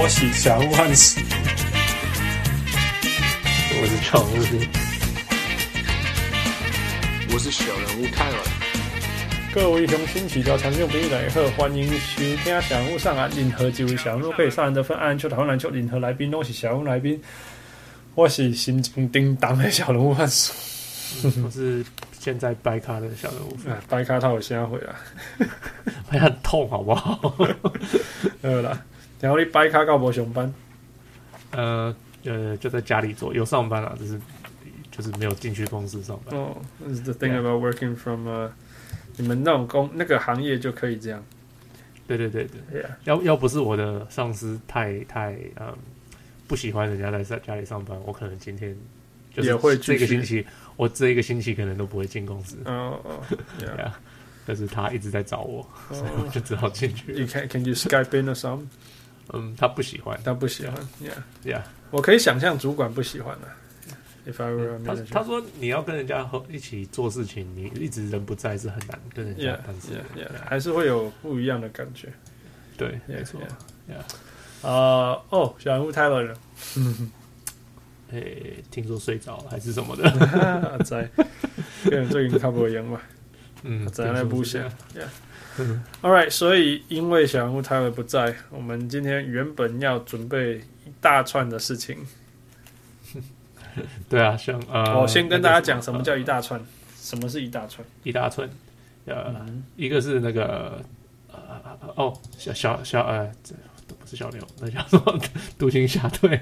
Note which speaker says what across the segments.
Speaker 1: 我喜祥万喜，
Speaker 2: 我是常务，
Speaker 3: 我是小人物泰尔，
Speaker 1: 各位雄心起条长久不易来贺，欢迎收听祥物上岸，任何几位祥物可以上岸的份，按球台湾篮球任何来宾都是祥物来宾。我是心中叮当的小人物万叔，
Speaker 2: 我是现在白卡的小人物，
Speaker 1: 哎，白卡套我先回来，
Speaker 2: 哎很痛好不好？
Speaker 1: 好啦，然后你白卡到无上班，
Speaker 2: 呃呃，就在家里做，有上班啊，只是就是没有进去公司上班。
Speaker 1: 哦、t h i s is the thing about working from、uh, 你们那种工那个行业就可以这样
Speaker 2: 对对对对，
Speaker 1: ，Yeah，
Speaker 2: 要要不是我的上司太太嗯不喜欢人家在在家里上班，我可能今天就是
Speaker 1: 也会继
Speaker 2: 这
Speaker 1: 续
Speaker 2: 个星期，我这一个星期可能都不会进公司。
Speaker 1: 哦哦
Speaker 2: 对
Speaker 1: ，Yeah，
Speaker 2: 啊，但是他一直在找我， 所以我
Speaker 1: 哦
Speaker 2: 就只好进去。
Speaker 1: ，You can can you Skype in or some？
Speaker 2: 嗯，他不喜欢，
Speaker 1: 他不喜欢，Yeah。
Speaker 2: 对啊。
Speaker 1: 我可以想象主管不喜欢的、If 啊 I were a
Speaker 2: 嗯他
Speaker 1: manager，
Speaker 2: 他说你要跟人家和一起做事情，你一直人不在是很难跟人家
Speaker 1: yeah,
Speaker 2: 但是
Speaker 1: yeah, yeah，还是会有不一样的感觉。
Speaker 2: 对，
Speaker 1: Yeah,
Speaker 2: 没错
Speaker 1: yeah.，
Speaker 2: 呀，
Speaker 1: 啊、哦，小人物太了人，
Speaker 2: 诶，听说睡着了还是什么 的，
Speaker 1: 阿仔，跟最近看不赢嘛
Speaker 2: 嗯，
Speaker 1: 在那部下
Speaker 2: 听说是
Speaker 1: ，Yeah。All right，所以因为小人物泰勒不在，我们今天原本要准备一大串的事情。
Speaker 2: 这样对啊，像呃，
Speaker 1: 我哦先跟大家讲什么叫
Speaker 2: 那
Speaker 1: 一
Speaker 2: 个
Speaker 1: 大串，什么是一大串？
Speaker 2: 一大寸，呃，
Speaker 1: 嗯
Speaker 2: 一个是那个呃哦小小小呃，这都不是小牛，那叫什么 独行侠队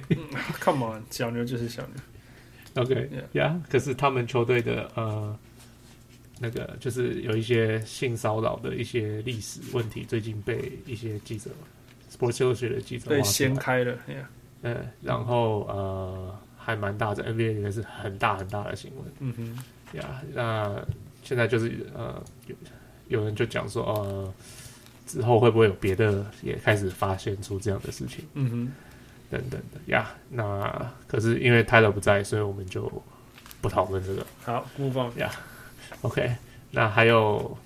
Speaker 1: Come on，小牛就是小牛。
Speaker 2: ，OK 呀，可是他们球队的呃。那个就是有一些性骚扰的一些历史问题，最近被一些记者，Sports Illustrated 的记者
Speaker 1: 被
Speaker 2: 挖出来
Speaker 1: 掀开了，Yeah，
Speaker 2: 呃，然后呃，还蛮大，在 NBA 里面是很大很大的新闻
Speaker 1: 嗯哼，
Speaker 2: 呀。那现在就是呃，有有人就讲说，呃，之后会不会有别的也开始发现出这样的事情
Speaker 1: 嗯哼。
Speaker 2: 等等的呀？那可是因为 Tyler 不在，所以我们就不讨论这个。
Speaker 1: 好，Move on。
Speaker 2: OK，那还有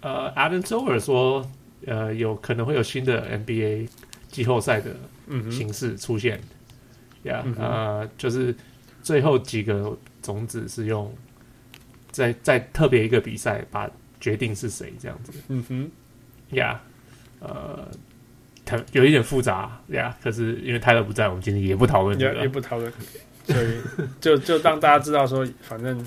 Speaker 2: 呃，Adam Silver 说，呃，有可能会有新的 NBA 季后赛的
Speaker 1: 嗯哼，
Speaker 2: 形式出现。呀、
Speaker 1: 嗯哼
Speaker 2: 呃，就是最后几个种子是用在在特别一个比赛把决定是谁这样子。
Speaker 1: 嗯哼。
Speaker 2: 呀、呃，它有一点复杂呀可是因为泰勒不在，我们今天也不讨论这
Speaker 1: 也也
Speaker 2: 个。
Speaker 1: 不讨论，所以就就让大家知道说，反正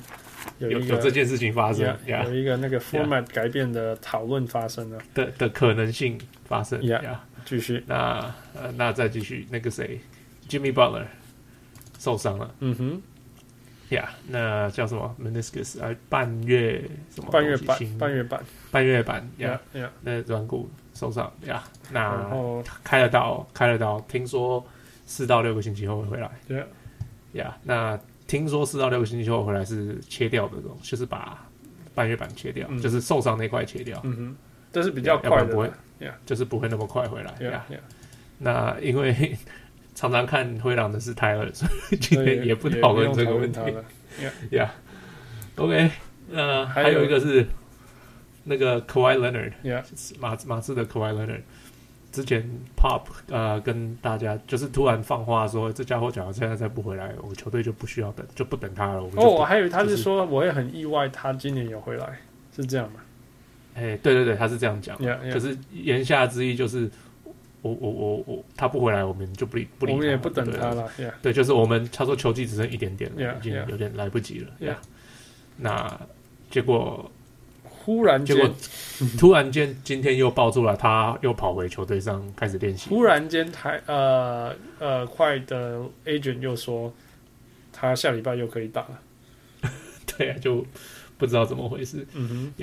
Speaker 1: 有
Speaker 2: 有
Speaker 1: 一
Speaker 2: 有
Speaker 1: 个
Speaker 2: 这件事情发生
Speaker 1: yeah，
Speaker 2: 呀
Speaker 1: 有一个那个 format 改变的讨论发生了。
Speaker 2: 的的可能性发生
Speaker 1: Yeah
Speaker 2: 呀
Speaker 1: 继续，
Speaker 2: 那呃那再继续那个谁，Jimmy Butler 受伤了
Speaker 1: 嗯哼，
Speaker 2: 呀那叫什么 meniscus 啊半月什么
Speaker 1: 半月
Speaker 2: 东西
Speaker 1: 板，
Speaker 2: 新
Speaker 1: 半月板
Speaker 2: 半月板呀
Speaker 1: ，Yeah Yeah，
Speaker 2: 那软骨受伤呀
Speaker 1: 然
Speaker 2: 那
Speaker 1: 后
Speaker 2: 开了刀，开了刀，听说四到六个星期后会回来
Speaker 1: Yeah，
Speaker 2: 呀。那听说四到六个星期后回来是切掉的这种，就是把半月板切掉，
Speaker 1: 嗯
Speaker 2: 就是受伤那块切掉，
Speaker 1: 嗯哼，这是比较
Speaker 2: 要不
Speaker 1: 快
Speaker 2: 然
Speaker 1: 的
Speaker 2: 不会
Speaker 1: 啦，
Speaker 2: 就是不会那么快回来
Speaker 1: Yeah
Speaker 2: 呀。
Speaker 1: Yeah，
Speaker 2: 那因为 常常看灰狼的是泰勒，所以今
Speaker 1: 所以
Speaker 2: 天也不
Speaker 1: 也
Speaker 2: 讨论
Speaker 1: 用
Speaker 2: 这
Speaker 1: 讨
Speaker 2: 个问
Speaker 1: 论
Speaker 2: 题
Speaker 1: 它了。
Speaker 2: 呀。OK，那
Speaker 1: 还
Speaker 2: 还有
Speaker 1: 有
Speaker 2: 一个是那个 Kawhi Leonard。
Speaker 1: Yeah，
Speaker 2: 马马刺的 Kawhi Leonard 之前 Pop 呃跟大家就是突然放话说，这家伙假如现在再不回来，我球队就不需要等，就不等他 了。我们就
Speaker 1: 哦，
Speaker 2: 不
Speaker 1: 我还以为他
Speaker 2: 就是是
Speaker 1: 说我也很意外，他今年有回来，是这样吗
Speaker 2: 哎、对对对，他是这样讲。
Speaker 1: ？Yeah Yeah，
Speaker 2: 可是言下之意就是，我我我我他不回来，我们就不理不理
Speaker 1: 我
Speaker 2: 他，
Speaker 1: 们也不等
Speaker 2: 对
Speaker 1: 他。了，Yeah
Speaker 2: 对，就是我们他说球技只剩一点点了
Speaker 1: Yeah，
Speaker 2: 已经
Speaker 1: yeah
Speaker 2: 有点来不及了。
Speaker 1: Yeah
Speaker 2: 那结果
Speaker 1: 忽然
Speaker 2: 结果
Speaker 1: 间，
Speaker 2: 突然间今天又爆出来，他又跑回球队上开始练习。
Speaker 1: 突然间台呃呃快的 agent 又说他下礼拜又可以打了。
Speaker 2: 对啊，就不知道怎么回事。
Speaker 1: 嗯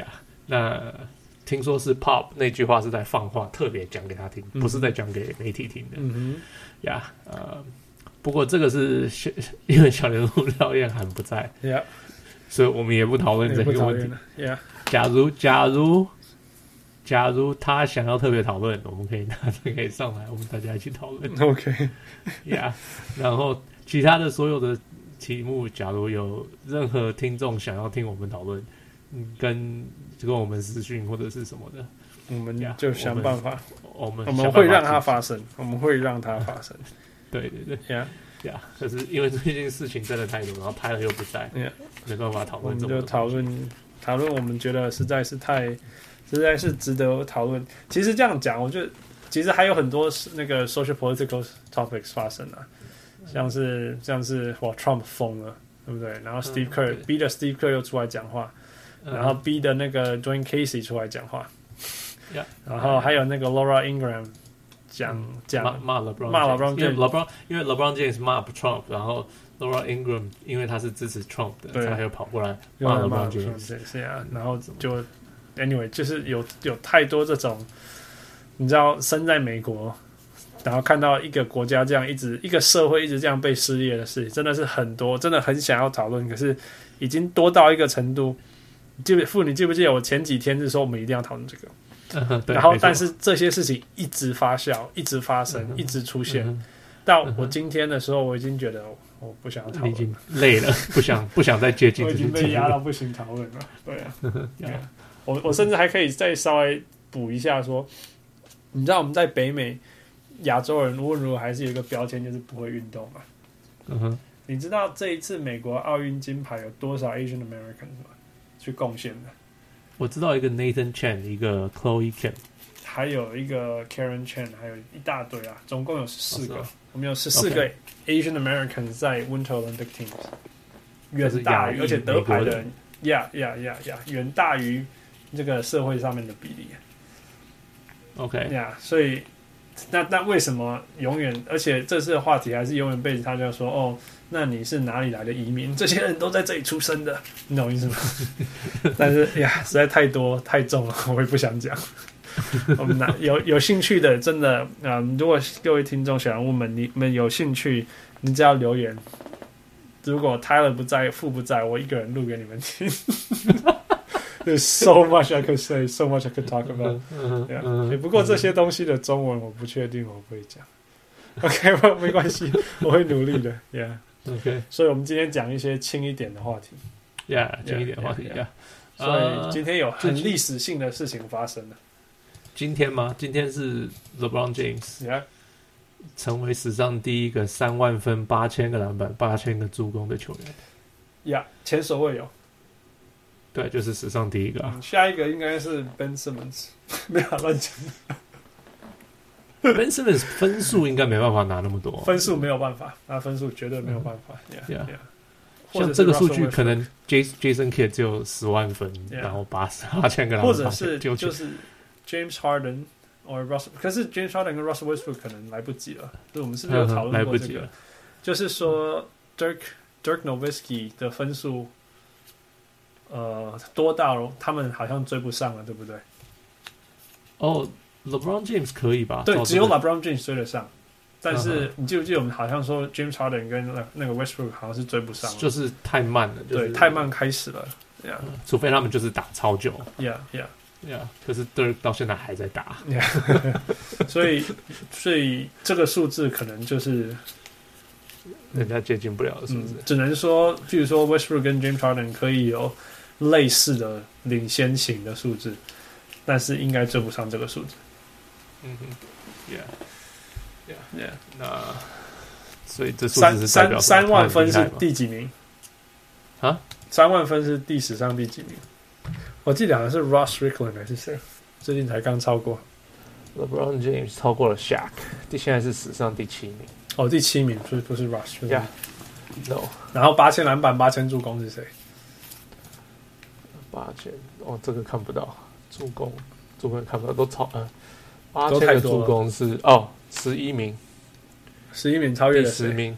Speaker 2: 那听说是 Pop 那句话是在放话，特别讲给他听，
Speaker 1: 嗯
Speaker 2: 不是在讲给媒体听的
Speaker 1: 哼，嗯
Speaker 2: 呀。呃，不过这个是小 因为小人物廖彦涵不在，
Speaker 1: 哼，Yeah，
Speaker 2: 所以我们也不讨论
Speaker 1: 也
Speaker 2: 这
Speaker 1: 不
Speaker 2: 个
Speaker 1: 讨
Speaker 2: 问
Speaker 1: 厌啊
Speaker 2: 题。
Speaker 1: 了，Yeah，
Speaker 2: 假如假如假如他想要特别讨论，我们可以拿这个可以上来，我们大家一起 讨论
Speaker 1: OK，
Speaker 2: 呀。然后其他的所有的题目，假如有任何听众想要听我们讨论，嗯跟就跟我们私讯或者是什么的，
Speaker 1: 我们
Speaker 2: Yeah，
Speaker 1: 就想办法，
Speaker 2: 我们
Speaker 1: 我
Speaker 2: 我
Speaker 1: 们会让它发生，我们会让它发生。
Speaker 2: 对对对
Speaker 1: Yeah，
Speaker 2: 呀，可是因为最近事情真的太多，然后拍了又不在
Speaker 1: Yeah
Speaker 2: 没办法讨
Speaker 1: 我
Speaker 2: 论
Speaker 1: 们
Speaker 2: 这
Speaker 1: 就
Speaker 2: 么多。
Speaker 1: 讨论讨论，我们觉得实在是太，实在是值得讨论。其实这样讲，我觉得其实还有很多是那个 social political topics 发生啊，像是像是哇 Trump 疯了，对不对？然后 Steve
Speaker 2: 嗯
Speaker 1: Kerr、
Speaker 2: 对
Speaker 1: 逼的 Steve Kerr 又出来讲话，
Speaker 2: 嗯
Speaker 1: 然后逼的那个 Dwayne Casey 出来讲话
Speaker 2: Yeah
Speaker 1: 然后还有那个 Laura Ingram 讲
Speaker 2: 嗯
Speaker 1: 讲
Speaker 2: 骂骂 LeBron，
Speaker 1: 骂
Speaker 2: James，
Speaker 1: LeBron
Speaker 2: 因为
Speaker 1: James
Speaker 2: LeBron 因为 LeBron James 骂 Trump，然后 Laura Ingram 因为他是支持 Trump 的，
Speaker 1: 对啊
Speaker 2: 才又跑过来
Speaker 1: 又
Speaker 2: 骂
Speaker 1: 来骂
Speaker 2: LeBron
Speaker 1: LeBron
Speaker 2: James。
Speaker 1: James，是啊，然后就 anyway 就是有有太多这种，你知道身在美国，然后看到一个国家这样一直一个社会一直这样被撕裂的事情，真的是很多，真的很想要讨论，可是已经多到一个程度。你记不父，你记不记得我前几天是说我们一定要讨论这个，
Speaker 2: 嗯 对
Speaker 1: 然后
Speaker 2: 没错
Speaker 1: 但是这些事情一直发酵，一直发生，一直出现。
Speaker 2: 嗯
Speaker 1: 到我今天的时候，我已经觉得我不想要讨
Speaker 2: 你已
Speaker 1: 论
Speaker 2: 经，累了， 不想不想再接近
Speaker 1: 我
Speaker 2: 这
Speaker 1: 已
Speaker 2: 些
Speaker 1: 经
Speaker 2: 节
Speaker 1: 被压
Speaker 2: 目。
Speaker 1: 到不行讨论了。对啊，我我甚至还可以再稍微补一下说，你知道我们在北美亚洲人无论如何还是有一个标签，就是不会运动嘛。
Speaker 2: 嗯哼，
Speaker 1: 你知道这一次美国奥运金牌有多少 Asian Americans 吗？去贡献的，
Speaker 2: 我知道一个 Nathan Chen，一个 Chloe Chen，
Speaker 1: 还有一个 Karen Chen，还有一大堆啊，总共有十四个，
Speaker 2: 哦是啊
Speaker 1: 我们有十四个 Asian Americans 在 Winter Olympic teams，
Speaker 2: 是
Speaker 1: 远大于
Speaker 2: 亚裔
Speaker 1: 而且得牌
Speaker 2: 美国
Speaker 1: 的
Speaker 2: 人
Speaker 1: 呀呀呀呀，远大于这个社会上面的比例。啊
Speaker 2: OK，
Speaker 1: 呀所以那那为什么永远，而且这次的话题还是永远被大家说哦，那你是哪里来的移民？这些人都在这里出生的，你懂我意思吗？ 但是呀，实在太多太重了，我也不想讲。 我们拿有有兴趣的，真的啊、嗯如果各位听众小人物们，你们有兴趣，你只要留言。如果 Tyler 不在，富不在，我一个人录给你们听。There's so much I could say, so much I could talk about.
Speaker 2: 嗯嗯
Speaker 1: 对啊
Speaker 2: 嗯
Speaker 1: 只不过这些东西的中文我不确定，我不会 讲。OK，不没关系，我会努力的。Yeah，
Speaker 2: 嗯 OK，
Speaker 1: 所以我们今天讲一些轻一点的话题。
Speaker 2: 呀，近一点话题
Speaker 1: Yeah，
Speaker 2: 呀。
Speaker 1: 所以
Speaker 2: 呃
Speaker 1: 今天有很
Speaker 2: 最近
Speaker 1: 历史性的事情发生了。
Speaker 2: 今天吗？今天是 LeBron James
Speaker 1: Yeah，
Speaker 2: 成为史上第一个三万分、八千个篮板、八千个助攻的球员。
Speaker 1: yeah，前所未有。
Speaker 2: 对，就是史上第一个啊
Speaker 1: 嗯，下一个应该是 Ben Simmons，没 有乱讲，
Speaker 2: Ben Simmons 分数应该没办法拿那么多，
Speaker 1: 嗯
Speaker 2: 啊
Speaker 1: 分数没有办法，那分数绝对没有办法。Yeah，,
Speaker 2: Yeah
Speaker 1: yeah. 或者
Speaker 2: 像
Speaker 1: 是
Speaker 2: 这个数据
Speaker 1: Russell Westbrook
Speaker 2: 可能 Jason Jason Kidd 只有十万分，
Speaker 1: Yeah
Speaker 2: 然后八十八千个篮
Speaker 1: 或
Speaker 2: 板，
Speaker 1: 者是
Speaker 2: 就
Speaker 1: 就是 James Harden or Russell，可是 James Harden 跟 Russell Westbrook 可能来不及了。对，我们是不是有讨
Speaker 2: 嗯来
Speaker 1: 论
Speaker 2: 不
Speaker 1: 过
Speaker 2: 及
Speaker 1: 这
Speaker 2: 了
Speaker 1: 个？。就是说 Dirk Dirk Nowitzki 的分数，呃，多到他们好像追不上了，对不对？
Speaker 2: 哦，LeBron James 可以吧？
Speaker 1: 对，
Speaker 2: 照这个
Speaker 1: 只有 LeBron James 追得上。但
Speaker 2: 哦嗯
Speaker 1: 是你记不记得我们好像说 James Harden 跟那那个 Westbrook 好像是追不上了，
Speaker 2: 就是太慢了，就是
Speaker 1: 对，
Speaker 2: 嗯
Speaker 1: 太，慢开始了。Yeah,
Speaker 2: 除非他们就是打超久。
Speaker 1: yeah, yeah.
Speaker 2: 呀，可是 Dirk 到现在还在打。
Speaker 1: 所以，所以这个数字可能就是
Speaker 2: 人家接近不了，是不是
Speaker 1: 嗯嗯？只能说，譬如说 Westbrook 跟 James Harden 可以有类似的领先型的数字，但是应该追不上这个数字。
Speaker 2: 嗯哼，Yeah，那所以这数
Speaker 1: 三
Speaker 2: 字是代表
Speaker 1: 三
Speaker 2: 什么
Speaker 1: 三万分
Speaker 2: 他
Speaker 1: 是
Speaker 2: 很厉害吗
Speaker 1: 第几名？
Speaker 2: 啊？
Speaker 1: 三万分是第史上第几名？我记得好像是 Ross Strickland 还是谁，最近才刚超过
Speaker 2: LeBron James 超过了 Shaq，第现在是史上第七名。
Speaker 1: 哦，第七名，不是不是 Ross Strickland。
Speaker 2: No，
Speaker 1: 然后八千篮板、八千助攻是谁？
Speaker 2: 八千哦，这个看不到助攻，助攻也看不到，都超呃八
Speaker 1: 都
Speaker 2: 千
Speaker 1: 太
Speaker 2: 个
Speaker 1: 多
Speaker 2: 助
Speaker 1: 了
Speaker 2: 攻是哦十一名，
Speaker 1: 十一名超越
Speaker 2: 第
Speaker 1: 了
Speaker 2: 十
Speaker 1: 谁？
Speaker 2: 名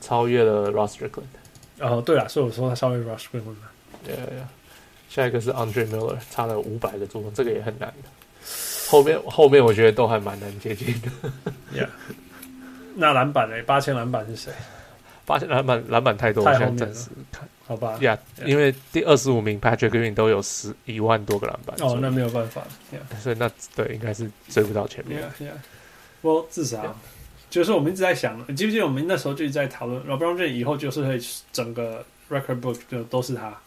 Speaker 2: 超越了 Ross Strickland。
Speaker 1: 哦，对了，所以我说他超越 Ross Strickland 了。
Speaker 2: Yeah, yeah. 下一个是 Andre Miller，差了五百个助攻，这个也很难的。后面后面我觉得都还蛮难接近的。
Speaker 1: Yeah，那篮板呢？八千篮板是谁？
Speaker 2: 八千篮板篮板太多，
Speaker 1: 太
Speaker 2: 我
Speaker 1: 后
Speaker 2: 现在
Speaker 1: 面
Speaker 2: 暂
Speaker 1: 了
Speaker 2: 时看。
Speaker 1: 好吧。
Speaker 2: 呀、因为第二十五名 Patrick Green 都有十一万多个篮板，
Speaker 1: 哦，那
Speaker 2: 所
Speaker 1: 没有办法。Yeah.
Speaker 2: 以所以那对应该是追不到前面。
Speaker 1: Yeah, yeah. Well，至少就是我们一直在想，你记不记得我们那时候就一直在讨论 r o b r o n 以后就是会整个 record book 就都是他，啊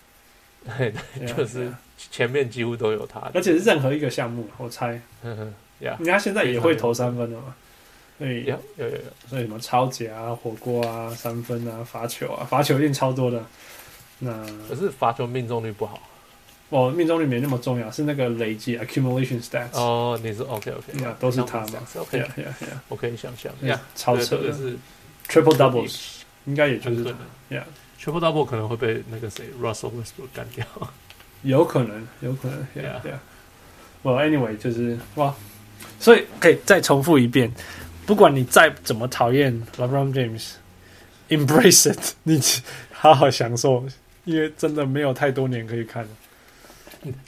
Speaker 2: 嘿 就是前面几乎都有他
Speaker 1: 而
Speaker 2: 的。
Speaker 1: 且是任何一个项目，我猜
Speaker 2: 嗯哼呀
Speaker 1: 人家现在也会投三分的嘛，所以
Speaker 2: 呀，有有有，
Speaker 1: 所以什么超级啊、火锅啊、三分啊、罚球啊，罚球一定超多的。那
Speaker 2: 可是罚球命中率不好。
Speaker 1: 哦，命中率没那么重要，是那个累积 accumulation stats。
Speaker 2: 哦，你是 OK OK，
Speaker 1: 那都是他嘛
Speaker 2: ？OK，
Speaker 1: Yeah, yeah, yeah.
Speaker 2: 我可以想象
Speaker 1: 嗯
Speaker 2: 呀，
Speaker 1: 超扯
Speaker 2: 这个
Speaker 1: 的
Speaker 2: 是
Speaker 1: triple doubles，应该也就
Speaker 2: 很
Speaker 1: 是
Speaker 2: 可
Speaker 1: 他
Speaker 2: 能。
Speaker 1: Yeah，
Speaker 2: Triple double 可能会被那个谁 Russell Westbrook 干掉。
Speaker 1: 有可能，有可能，Yeah
Speaker 2: Yeah.
Speaker 1: Yeah。Well anyway，就是哇，所以可以再重复一遍，不管你再怎么讨厌 LeBron James，embrace it，你 好好享受，因为真的没有太多年可以看了。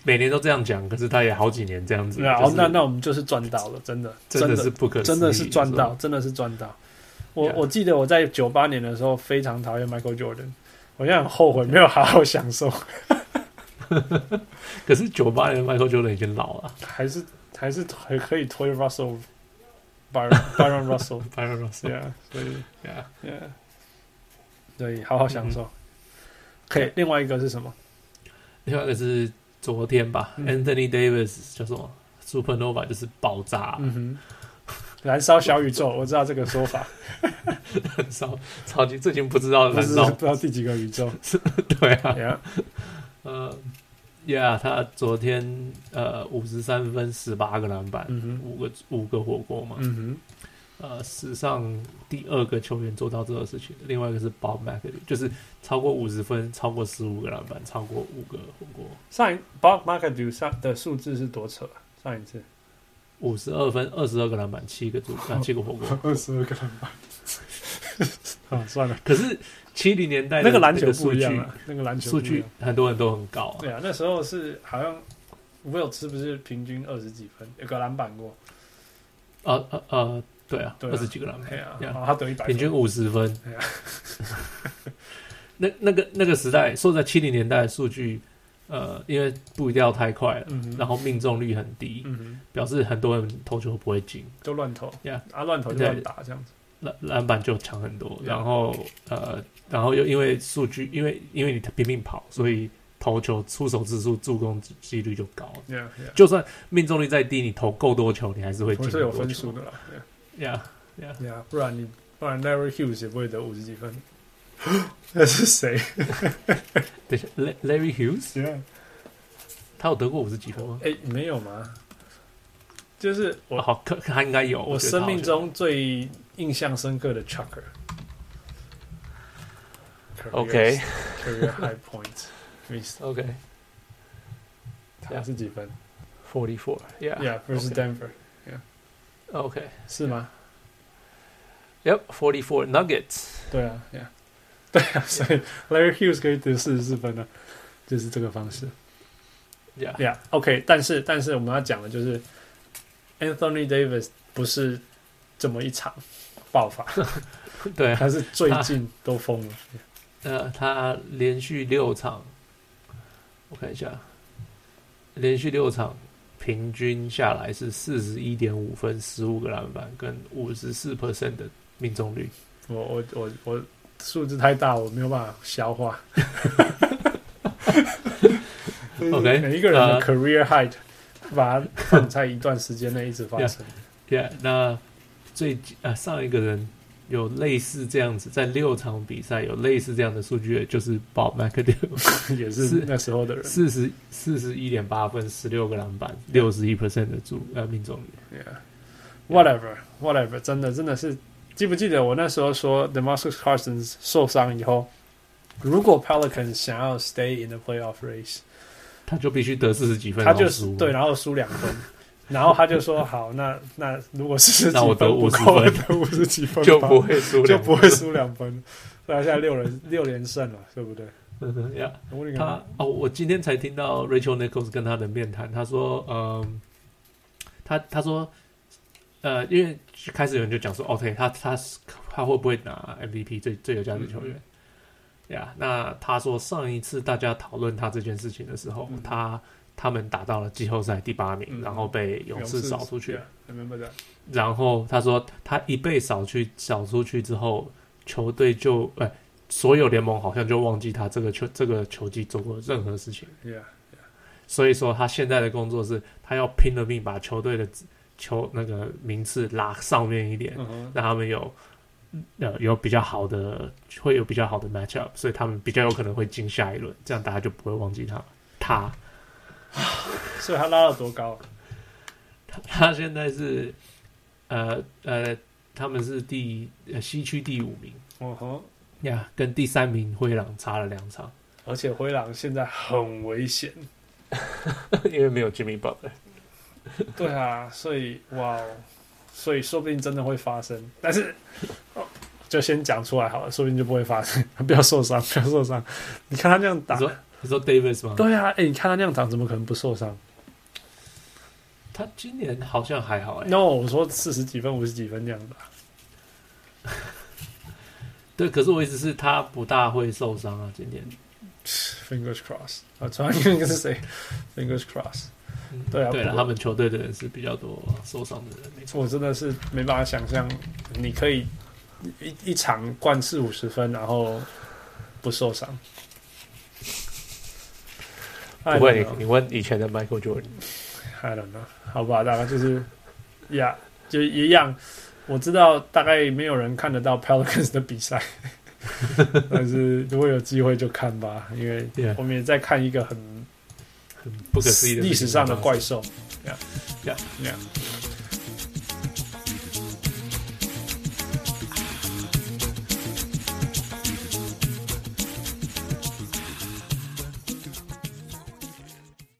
Speaker 2: 每年都这样讲，可是他也好几年这样子。
Speaker 1: 然
Speaker 2: 啊就
Speaker 1: 后
Speaker 2: 是
Speaker 1: 啊哦那那我们就是赚到了，真的，
Speaker 2: 真
Speaker 1: 的
Speaker 2: 的是不可思议，
Speaker 1: 真的是赚到，
Speaker 2: 有时
Speaker 1: 真的是赚到。我
Speaker 2: Yeah
Speaker 1: 我记得我在九八年的时候非常讨厌 Michael Jordan，我现在很后悔没有好好享受，
Speaker 2: 候。可是九八年的 Michael Jordan 已经老了
Speaker 1: 还是还是还可以推 Russell Byron Byron Russell，
Speaker 2: ，Byron Russell。
Speaker 1: yeah，所以
Speaker 2: Yeah.
Speaker 1: yeah，所以好好享受。可以，另外一个是什么？
Speaker 2: 另外一个是昨天吧、
Speaker 1: 嗯
Speaker 2: a n t h o n y Davis 叫什么 Supernova，就是爆炸，
Speaker 1: 嗯哼，燃烧小宇宙，我知道这个说 法，
Speaker 2: 超超级，最近不知道
Speaker 1: 不
Speaker 2: 燃
Speaker 1: 知
Speaker 2: 烧
Speaker 1: 不知道第几个宇宙。
Speaker 2: 对 啊，
Speaker 1: Yeah，
Speaker 2: 呃，Yeah，他昨天呃五十三分十八个篮板，
Speaker 1: 嗯 哼，
Speaker 2: 五个五个火锅嘛，
Speaker 1: 嗯
Speaker 2: 呃，史上第二个球员做到这个事情，另外一个是 Bob McAdoo，就是超过五十分，超过十五个篮板，超过五个火锅，
Speaker 1: 哼，上一 Bob Market 上的数字是多扯啊？上一次
Speaker 2: 五十二分，二十二个篮板，七个助啊，七个火锅。
Speaker 1: 二十二个篮 板。啊，算了，
Speaker 2: 可是七零年代的
Speaker 1: 那个篮球
Speaker 2: 数
Speaker 1: 不一样
Speaker 2: 据，
Speaker 1: 啊，那个篮球不
Speaker 2: 数
Speaker 1: 一样
Speaker 2: 据很多人都很高啊
Speaker 1: 对。啊，那时候是好像 Will 是不是平均二十几分，有个篮板过？
Speaker 2: 呃呃呃，对啊，
Speaker 1: 对啊
Speaker 2: 二十几个篮
Speaker 1: 对
Speaker 2: 板
Speaker 1: 啊，，然
Speaker 2: 呀
Speaker 1: 后他得一百分
Speaker 2: 平，均五十分
Speaker 1: 对啊。
Speaker 2: 那那个那个时代，说在七零年代的数据，呃，因为步调太快了，
Speaker 1: 嗯哼
Speaker 2: 然后命中率很低，
Speaker 1: 嗯哼。
Speaker 2: 表示很多人投球不会进，
Speaker 1: 就乱投
Speaker 2: Yeah
Speaker 1: 啊乱投就乱打这样子，
Speaker 2: 篮篮板就强很多。
Speaker 1: Yeah
Speaker 2: 然后呃，然后又因为数据，因为因为你拼命跑，所以投球出手次数、助攻几率就高。
Speaker 1: yeah,
Speaker 2: 就算命中率再低，你投够多球，你还是会
Speaker 1: 我
Speaker 2: 进
Speaker 1: 是
Speaker 2: 很
Speaker 1: 有
Speaker 2: 多
Speaker 1: 分
Speaker 2: 球
Speaker 1: 数的啦
Speaker 2: 呀呀，
Speaker 1: ，yeah, yeah, 不然你不然 Larry Hughes 也不会得五十几分， 那是谁
Speaker 2: 等一下，La-，Larry Hughes
Speaker 1: ？Yeah，
Speaker 2: 他有得过五十几分吗？
Speaker 1: 哎、没有吗？就是我、
Speaker 2: 哦好，可可他应该有。
Speaker 1: 我
Speaker 2: 觉得他
Speaker 1: 生
Speaker 2: 好像
Speaker 1: 命中最印象深刻的 Chucker。
Speaker 2: OK
Speaker 1: career high point miss，
Speaker 2: OK
Speaker 1: 他啊是几分
Speaker 2: forty four yeah
Speaker 1: ？Yeah versus Denver
Speaker 2: OK
Speaker 1: 是吗？
Speaker 2: yep forty four Nuggets
Speaker 1: 对啊，Yeah，对 啊，所以 Larry Hughes 可以得四十四分呢、啊就是这个方式。
Speaker 2: yeah
Speaker 1: Yeah, OK，但是但是我们要讲的就是 Anthony Davis 不是这么一场爆 发，
Speaker 2: 对啊，
Speaker 1: 他是最近都疯了。
Speaker 2: 呃，他连续六场，我看一下，连续六场平均下来是四十一点五分、十五个篮板跟五十四 percent 的命中率。
Speaker 1: 我我我我数字太大，我没有办法消 化。
Speaker 2: OK，
Speaker 1: 每一个人的
Speaker 2: 呃
Speaker 1: career height，把它放在一段时间内一直发生。
Speaker 2: Yeah，那最呃上一个人有类似这样子，在六场比赛有类似这样的数据的，就是 Bob McAdoo，
Speaker 1: 也是
Speaker 2: 是
Speaker 1: 那时候的人。
Speaker 2: 四十四十一点八分，十六个篮板，六十一 percent 的助呃命中率。
Speaker 1: Yeah. Whatever, whatever，真的真的是，记不记得我那时候说 d e m a r c u s Cousins 受伤以后，如果 Pelicans 想要 stay in the playoff race，
Speaker 2: 他就必须得四十几分，
Speaker 1: 他就
Speaker 2: 然后
Speaker 1: 是
Speaker 2: 输
Speaker 1: 对，然后输两分，然后他就 说好，那那如果是
Speaker 2: 那我得
Speaker 1: 五
Speaker 2: 50
Speaker 1: 我
Speaker 2: 分
Speaker 1: 得五十几分吧
Speaker 2: 就不会输
Speaker 1: 就
Speaker 2: 两
Speaker 1: 不
Speaker 2: 分，
Speaker 1: 会输两分，所以他现在六人六连胜了，对不对？
Speaker 2: 嗯呀。
Speaker 1: 我跟你
Speaker 2: 他
Speaker 1: 讲，
Speaker 2: 哦，我今天才听到 Rachel Nichols 跟他的面谈，他说，嗯，他他说，呃，因为开始有人就讲说，OK，他哦他他会不会拿 MVP 最最有价值球员？呀、那他说上一次大家讨论他这件事情的时候，
Speaker 1: 嗯
Speaker 2: 他他们打到了季后赛第八名，
Speaker 1: 嗯
Speaker 2: 然后被勇士扫出去。
Speaker 1: ，remember that？
Speaker 2: 然后他说他一被扫去扫出去之后，球队就呃所有联盟好像就忘记他这个球这个球季做过任何事情，
Speaker 1: Yeah，
Speaker 2: 所以说他现在的工作是他要拼了命把球队的球那个名次拉上面一点，
Speaker 1: 嗯哼，
Speaker 2: 让他们有呃有比较好的会有比较好的 match up，所以他们比较有可能会进下一轮，这样大家就不会忘记他。他
Speaker 1: 所以他拉到多高？
Speaker 2: 他他现在是呃呃，他们是第呃西区第五名
Speaker 1: 嗯哼，
Speaker 2: 呀跟第三名灰狼差了两场，
Speaker 1: 而且灰狼现在很危险。
Speaker 4: 因为没有 Jimmy Butler。
Speaker 1: 对啊，所以哇哦，所以说不定真的会发生，但是、哦就先讲出来好了，说不定就不会发生。 不要受伤，不要受伤。你看他那样打
Speaker 2: 你，说你说 Davis 吗？
Speaker 1: 对啊，哎、你看他那样打，怎么可能不受伤
Speaker 2: 他今年好像还好哎、
Speaker 1: ？No，我说四十几分、五十几分那样打。
Speaker 2: 对，可是我意思是他不大会受伤啊，今年。
Speaker 1: Fingers crossed 啊，传那个是谁？Fingers crossed。
Speaker 2: 嗯
Speaker 1: 对啊
Speaker 2: 对了，
Speaker 1: 不过
Speaker 2: 他们球队的人是比较多受伤的人，没错。
Speaker 1: 我真的是没办法想象，你可以一一场灌四五十分，然后不受伤。
Speaker 4: 不
Speaker 1: I
Speaker 4: 会，
Speaker 1: don't know
Speaker 4: 你你问以前的 Michael Jordan，
Speaker 1: I don't know，好吧，大概就是呀就一样。我知道大概没有人看得到 Pelicans 的比赛， 但是如果有机会就看吧，因为
Speaker 2: Yeah
Speaker 1: 我们也在看一个很
Speaker 2: 很不可思议的
Speaker 1: 历史上的
Speaker 2: 事情
Speaker 1: 怪兽。
Speaker 2: Yeah
Speaker 1: Yeah，Yeah，